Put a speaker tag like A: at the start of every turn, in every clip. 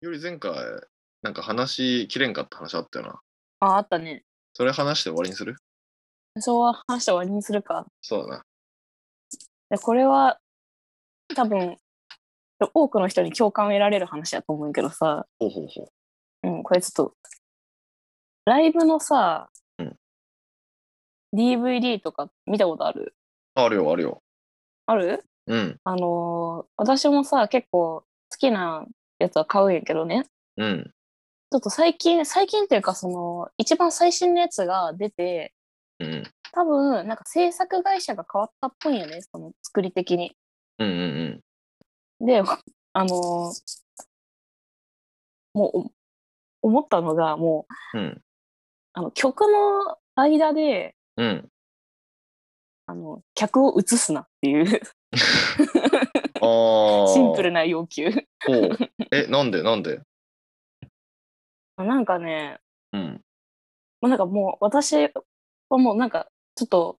A: より前回、なんか話しきれんかった話あったよな。
B: あ、あったね。
A: それ話して終わりにする
B: そう話して終わりにするか。
A: そうだな。
B: でこれは多分多くの人に共感を得られる話だと思うけどさ、
A: ほうほうほう。
B: うん、これちょっとライブのさ、
A: うん、
B: DVD とか見たことある
A: あるよ、あるよ。
B: ある
A: うん、
B: あのー私もさ結構好きなやつは買うんやけどね
A: うん、
B: ちょっと最近最近っていうかその一番最新のやつが出て
A: うん、うん、
B: 多分なんか制作会社が変わったっぽいんよねその作り的に。
A: うん、うん
B: で、 あのーもうお思ったのが、もう
A: うん、うん、
B: あの曲の間で
A: うん。
B: あの客を移すなっていう
A: ああ。
B: シンプルな要求。
A: ほう。え、なんで、なんで
B: なんかね、
A: うん、
B: もうなんかもう私はもうなんかちょっと、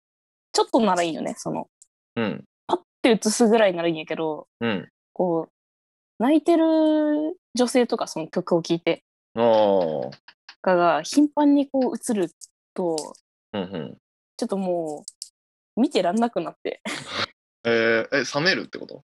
B: ちょっとならいいよね、その、
A: うん、
B: パッて移すぐらいならいいんやけど、
A: うん。
B: こう、泣いてる女性とかその曲を聴いて
A: ああ。
B: かが頻繁にこう移ると、
A: うん、うん。
B: ちょっともう見てらんなくなって。
A: えー、え、冷めるってこと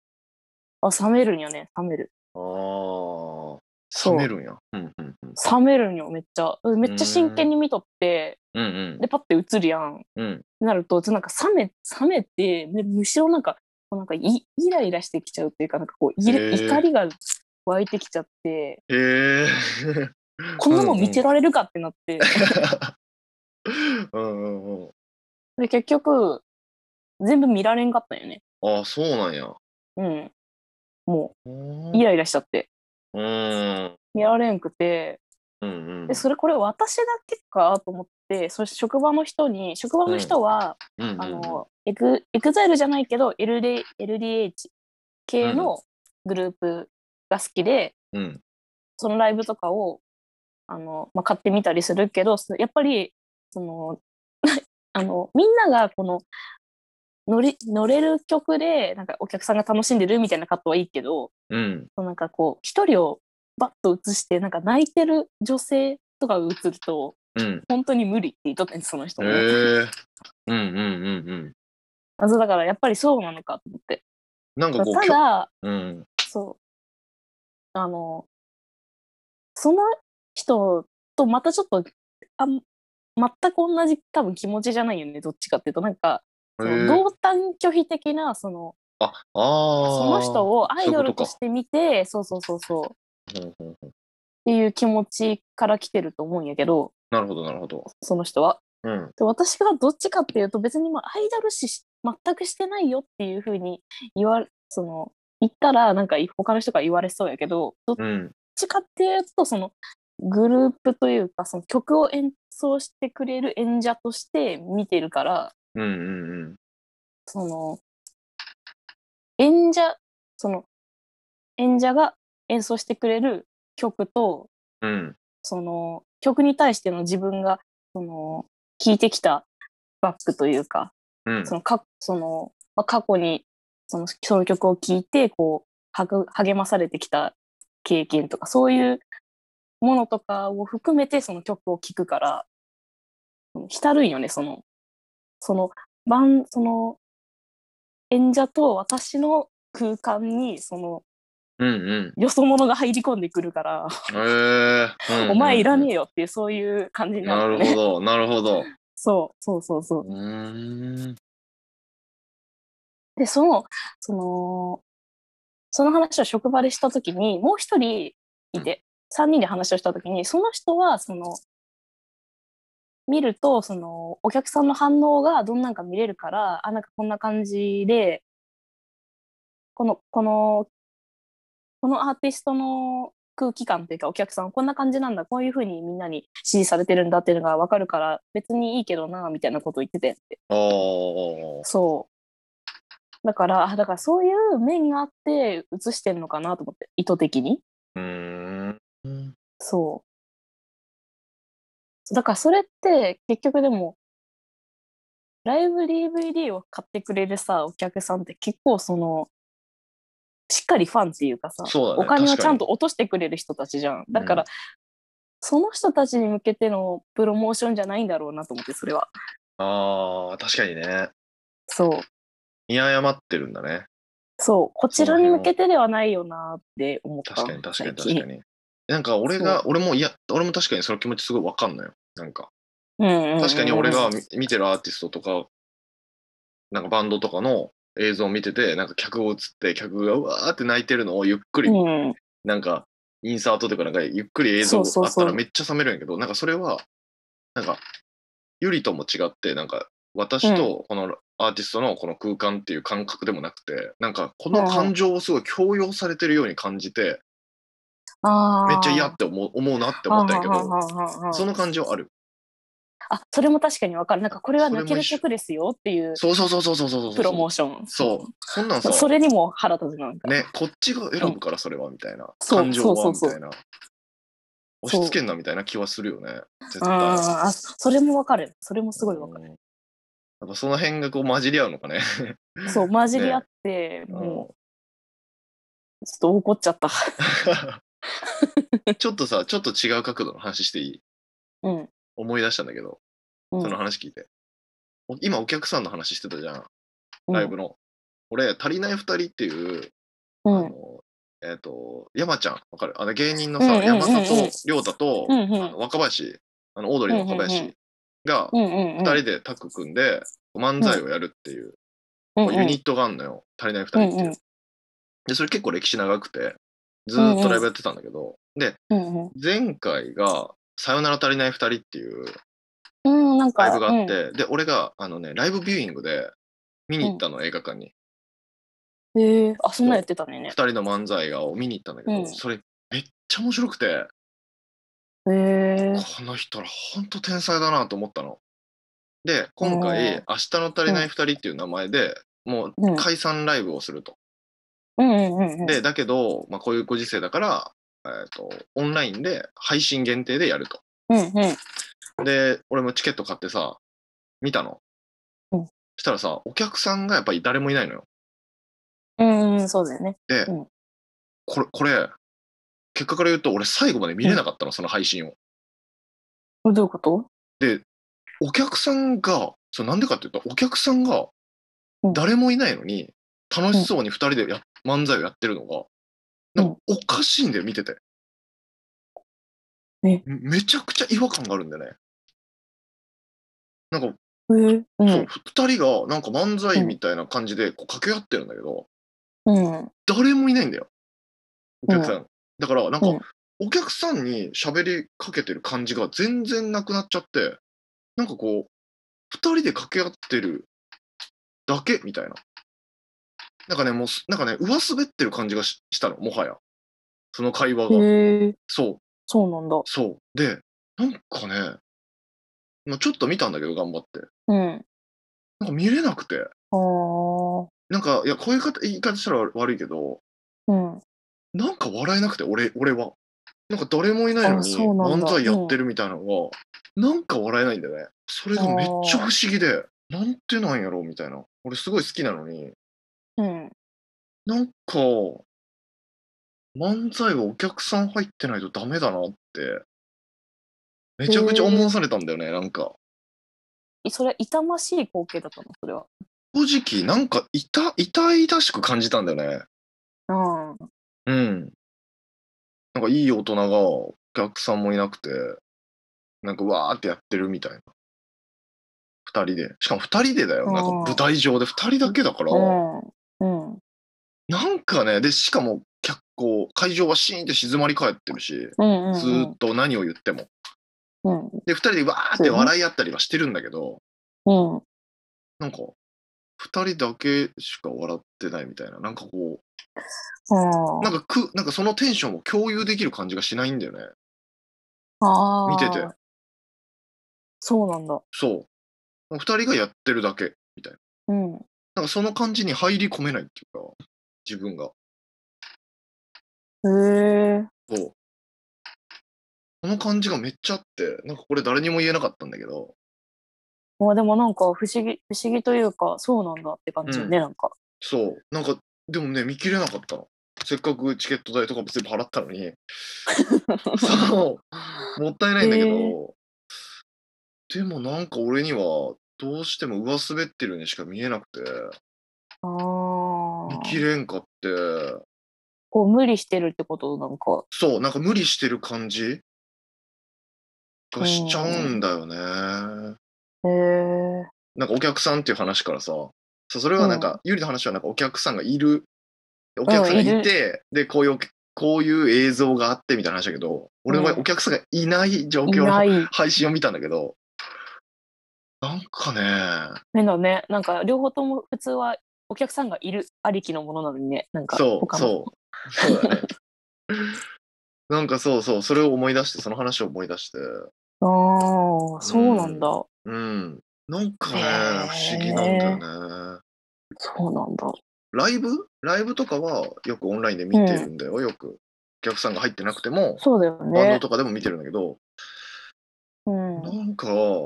B: あ、冷めるんよね、冷める。
A: ああ、
B: そう
A: 冷めるんや。うんうんうん。
B: 冷めるんよ、めっちゃ。うんめっちゃ真剣に見とって、
A: うん
B: で、パッて映るやん。
A: うん。うん。
B: なると、なんか冷め、冷めて、むむしろなんか、こうなんかイイライラしてきちゃうっていうか、なんかこう、いれ
A: へー
B: 怒りが湧いてきちゃって、
A: へえ。
B: こんなもん見てられるかってなって、
A: うんうんうん。
B: で結局、全部見られんかったんよね。
A: ああ、そうなんや。
B: うん。も、
A: いう
B: イライラしちゃって。
A: うん。
B: 見られんくて、
A: うんうん。
B: で、それこれ私だけかと思って、そ職場の人に、職場の人は、
A: うんうんうん
B: あの、エグエグザイルじゃないけど LD LDH 系のグループが好きで、
A: うん。
B: そのライブとかをあの、まあ、買ってみたりするけどそやっぱりその あのみんながこの乗り乗れる曲でなんかお客さんが楽しんでるみたいなカットはいいけど
A: うん。
B: そのなんかこう一人をバッと映してなんか泣いてる女性とかが映ると
A: うん。
B: 本当に無理って言っとってんその人
A: へ
B: も。
A: え。うんうんうんうん。
B: あそうだからやっぱりそうなのかと思って。
A: なんかこう、
B: ただ
A: うん。
B: そう。あの、その人とまたちょっと、あん全く同じ多分気持ちじゃないよね、どっちかっていうと、なんか、その
A: へえ
B: 同担拒否的な、その、
A: あ、ああ。
B: その人をアイドルと
A: そういうことか
B: して見て、そうそうそうそう、っ
A: うんうんうん。
B: ていう気持ちから来てると思うんやけど、
A: なるほど、なるほど。
B: その人は。
A: うん。
B: で私がどっちかっていうと、別にまあアイドル視し全くしてないよっていうふうに言われ、その、言ったら、なんか他の人が言われそうやけど、どっ
A: うん。
B: どっちかっていうとそのグループというかその曲を演奏してくれる演者として見てるから
A: うんうんうん。
B: その演者その演者が演奏してくれる曲と
A: うん。
B: その曲に対しての自分がその聴いてきたバックというか
A: うん
B: そ。のかその、まあ、過去にそのその曲を聴いてこうはぐ励まされてきた経験とかそういうものとかを含めてその曲を聴くからうん浸るんよねそのその番その演者と私の空間にその
A: うんうん。
B: よそ者が入り込んでくるから「
A: へえ。うんうん
B: お前いらねえよ」っていうそういう感じにな
A: なる
B: るよね
A: ほど、なるほ ど。
B: そうそうそうそう
A: うーん。
B: で、その、その、その話を職場でしたときに、もう一人いて、三人で話をしたときに、その人は、その、見ると、その、お客さんの反応がどんなんか見れるから、あ、なんかこんな感じで、この、この、このアーティストの空気感というか、お客さんはこんな感じなんだ、こういうふうにみんなに支持されてるんだっていうのがわかるから、別にいいけどな、みたいなことを言ってて。
A: ああ。
B: そう。だから、あだからそういう面があって映してんのかなと思って、意図的に。
A: うーん。
B: そうそう。だからそれって結局でも、ライブ DVD を買ってくれるさ、お客さんって結構その、しっかりファンっていうかさ、
A: そうだね
B: お金をちゃん
A: と
B: と落としてくれる人たちじゃん。だから、その人たちに向けてのプロモーションじゃないんだろうなと思って、それは。
A: ああ確かにね
B: そう。
A: 見誤ってるんだね
B: そう。こちらに向けてではないよなって思った。
A: 確かに確かに
B: 最
A: 確か
B: 近
A: になんか俺が俺もいや俺も確かにその気持ちすごいわかんないよなんか
B: うんうんうん
A: 確かに俺が見見てるアーティストとかなんかバンドとかの映像を見ててなんか客を映って客がうわーって泣いてるのをゆっくり
B: うん、
A: なんかインサートとかなんかゆっくり映像
B: そう
A: あっ
B: そう
A: た
B: そう
A: らめっちゃ冷めるんやけどなんかそれはなんかゆりとも違ってなんか私とこのアーティストのこの空間っていう感覚でもなくてなんかこの感情をすごい強要されてるように感じて
B: あ
A: めっちゃ嫌
B: て
A: って思う思うなって思ったんやけどそ
B: そ
A: の感じはある
B: あそれも確かに分かるなんかこれは
A: それ
B: 泣
A: も
B: ける
A: 一緒
B: 曲ですよっていう
A: そうそうそうそうそうそうそう
B: プロモーション
A: そうそんなん
B: そ
A: さ
B: れにも腹立つなんか、
A: ねこっちが選ぶからそれはみたいな
B: そう
A: 感情
B: そ
A: は
B: う
A: み
B: そうそ
A: た
B: う
A: いな押し付けんなみたいな気はするよね絶
B: うん
A: 対。
B: あそれも分かるそれもすごい分か
A: うんやっぱその辺がこう混じり合うのかね。
B: るそう混じり合って、 もうちょっと怒っちゃった
A: ちょっとさ、ちょっと違う角度の話していい
B: うん、
A: 思い出したんだけど、
B: うん、
A: その話聞いて。お今お客さんの話してたじゃん、
B: うん
A: ライブの。俺、足りない二人っていう、あ
B: うん
A: のえっ、と、山ちゃん、わかるあの芸人の
B: うん
A: さ、
B: うんうんうん
A: 山里亮太と、
B: うんうん
A: あの若林、あのオードリーの若
B: うんうんう
A: 林が
B: うんうんう
A: 二
B: ん
A: 人でタッグ組んで漫才をやるっていう
B: うん
A: ユニットがあんのよ、足りない2人っていう。
B: うんうん
A: で、それ結構歴史長くて、ずーっとライブやってたんだけど、で、
B: うんうん
A: 前回が、さよなら足りない2人っていう
B: うんなんか
A: ライブがあって、で、俺が、あのね、ライブビューイングで見に行ったの、映画館に。
B: うんへえあそんなんやってたね
A: 2人の漫才がを見に行ったんだけど、
B: うん
A: それ、めっちゃ面白くて、
B: へえ
A: この人ら、ほんと天才だなと思ったの。で、今
B: う
A: 回
B: ん、
A: 明日の足りない2人っていう名前で、も
B: う
A: うん解散ライブをすると。
B: うんうんうんうん
A: で、だけど、まあ、こういうご時世だから、えーと、オンラインで配信限定でやると。
B: うんうん
A: で、俺もチケット買ってさ、見たの。
B: うん
A: したらさ、お客さんがやっぱり誰もいないのよ。
B: うんうんそうだよね
A: で、
B: うん
A: これ、これ、結果から言うと、俺最後まで見れなかったの、その配信を。
B: これどういうこと
A: で、お客さんが、そうなんでかって言ったら、お客さんが
B: うん
A: 誰もいないのに、楽しそうに2人でや漫才をやってるのが、なんかおかしいんだよ、見てて。
B: え
A: めちゃくちゃ違和感があるんだよね。なんか、
B: へえう
A: そうん2人がなんか漫才みたいな感じでこう掛け合ってるんだけど、
B: うん
A: 誰もいないんだよ、お客さん。
B: う
A: だから、なんか、
B: うん
A: お客さんに喋りかけてる感じが全然なくなっちゃって、なんかこう、2人で掛け合ってるだけみたいな。なんかね、もうす、なんかね、上滑ってる感じがししたの、もはや。その会話が。
B: へえ
A: そう、
B: そうなんだ
A: そう。で、なんかね、まあ、ちょっと見たんだけど、頑張って。
B: うん
A: なんか見れなくて。
B: ああ
A: なんか、いや、こういう方言い方したら悪いけど、
B: うん
A: なんか笑えなくて、俺、俺は。なんか誰もいないの
B: あ
A: に
B: そうなん
A: 漫
B: だ
A: 才やってるみたいなのが、なんか笑えないんだよね。それがめっちゃ不思議で、なんてなんやろうみたいな。俺すごい好きなのに、
B: うん
A: なんか、漫才はお客さん入ってないとダメだなって、めちゃくちゃ思わされたんだよね、なんか。
B: それは痛ましい光景だったのそれは
A: 正直、なんか痛、痛々しく感じたんだよね。
B: うん
A: うん。なんかいい大人がお客さんもいなくて、なんかわーってやってるみたいな。二人で。しかも二人でだよ。なんか
B: うん
A: 舞台上で二人だけだから、
B: うんうん
A: なんかね、で、しかも脚光、会場はシーンって静まり返ってるし、
B: うんうん
A: ずーっと何を言っても。
B: うん
A: で、二人でわーって笑い合ったりはしてるんだけど、
B: うん
A: なんか、二人だけしか笑ってないみたいな。なんかこう、なんかく、なんかそのテンションを共有できる感じがしないんだよね。
B: あ
A: 見てて
B: そうなんだ
A: そう。2人がやってるだけみたいな。
B: うん
A: なんかその感じに入り込めないっていうか、自分が。
B: へえ
A: そう。この感じがめっちゃあって、なんかこれ誰にも言えなかったんだけど、
B: まあでもなんか不思議不思議というかそうなんだって感じよね、なんか
A: そう。なんか、でもね、見切れなかったの。せっかくチケット代とかも全部払ったの にそうもったいないんだけど、
B: へ
A: でもなんか俺にはどうしても上滑ってるようにしか見えなくて
B: あ
A: 見
B: ー
A: 切れんかって
B: こう無理してるってことなんか。
A: そうなんか無理してる感じがしちゃうんだよね。
B: へえ。
A: なんかお客さんっていう話からさ、そうそれはなんか、ゆりの話はなんかお客さんがいる、お客さんがいて、で、こういう、こういう映像があってみたいな話だけど、俺の場
B: うん
A: 合お客さんがいない状
B: い
A: 況
B: な
A: の
B: い。
A: 配信を見たんだけど、なんか
B: 変だね。なんか両方とも普通はお客さんがいるありきのものなのにね。なん
A: ね、
B: か
A: そう、
B: の
A: そう、そうだね。 なんかそうそう、それを思い出して、その話を思い出して、
B: ああ、そうなんだ。
A: うん、なんか
B: へ
A: ね
B: ー、
A: 不思議なんだよね。
B: そうなんだ。
A: ライブライブとかはよくオンラインで見てるんだよ、よく。お客さんが入ってなくても、
B: そうだよ
A: バンド
B: ね。
A: とかでも見てるんだけど、
B: うん。
A: なんか、お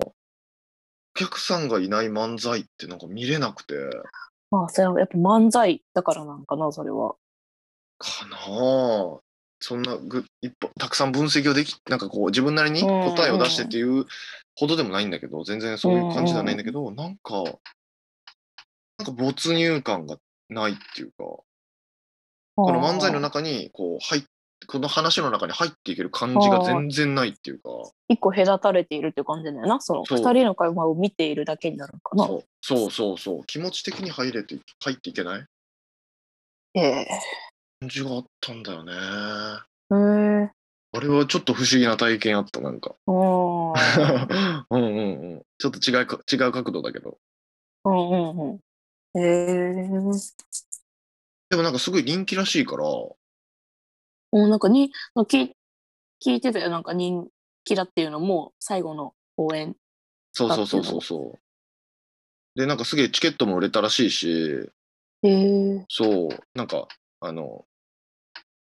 A: 客さんがいない漫才ってなんか見れなくて、
B: まあ、それはやっぱ漫才だからなんかな、それは。
A: かなあそんなぐいっぱいたくさん分析をでき、なんかこう自分なりに答えを出してっていうほどでもないんだけど、全然そういう感じじゃないんだけど、なんか、なんか没入感がないっていうか、こ
B: こ
A: の漫才の中にこう入っこの話の中に入っていける感じが全然ないっていうか、
B: 一個隔たれているっていう感じだよな。その
A: そ
B: 二
A: う
B: 人の会話を見ているだけになるのかな。
A: そうそうそうそう気持ち的に入れて入っていけない
B: ええ
A: 感じがあったんだよねあ
B: へえ。
A: れはちょっと不思議な体験あったなんか
B: うん。
A: うんうんうんちょっと違うか違う角度だけど
B: うんうんうん。へえ。
A: でもなんかすごい人気らしいから
B: もうなんかに、聞聞いてたよ。なんか人気だっていうのも最後の応援。
A: そうそうそうそうそうでなんかすげえチケットも売れたらしいし
B: へえ。
A: そう、なんか、あの、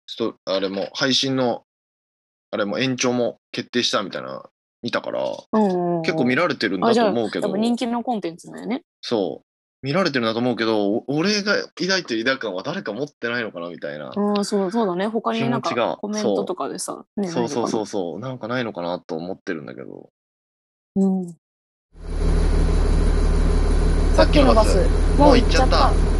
A: ストあれも、配信の、あれも延長も決定したみたいな、見たから、
B: うんうん。
A: 結構見
B: ら
A: られてるんだと思うけ
B: 多
A: ど
B: 分、人気のコンテンツだよね。
A: そう、見られてるんだと思うけど、お俺が抱いてる抱感は誰か持ってないのかなみたいな、
B: うん、そうそうだね。他になん
A: 気持ちが
B: かコメントとかでさ。ね
A: そうそう
B: う。
A: そうそう、なんかないのかなと思ってるんだけど。
B: うん。さっきのバス、もう行っちゃった。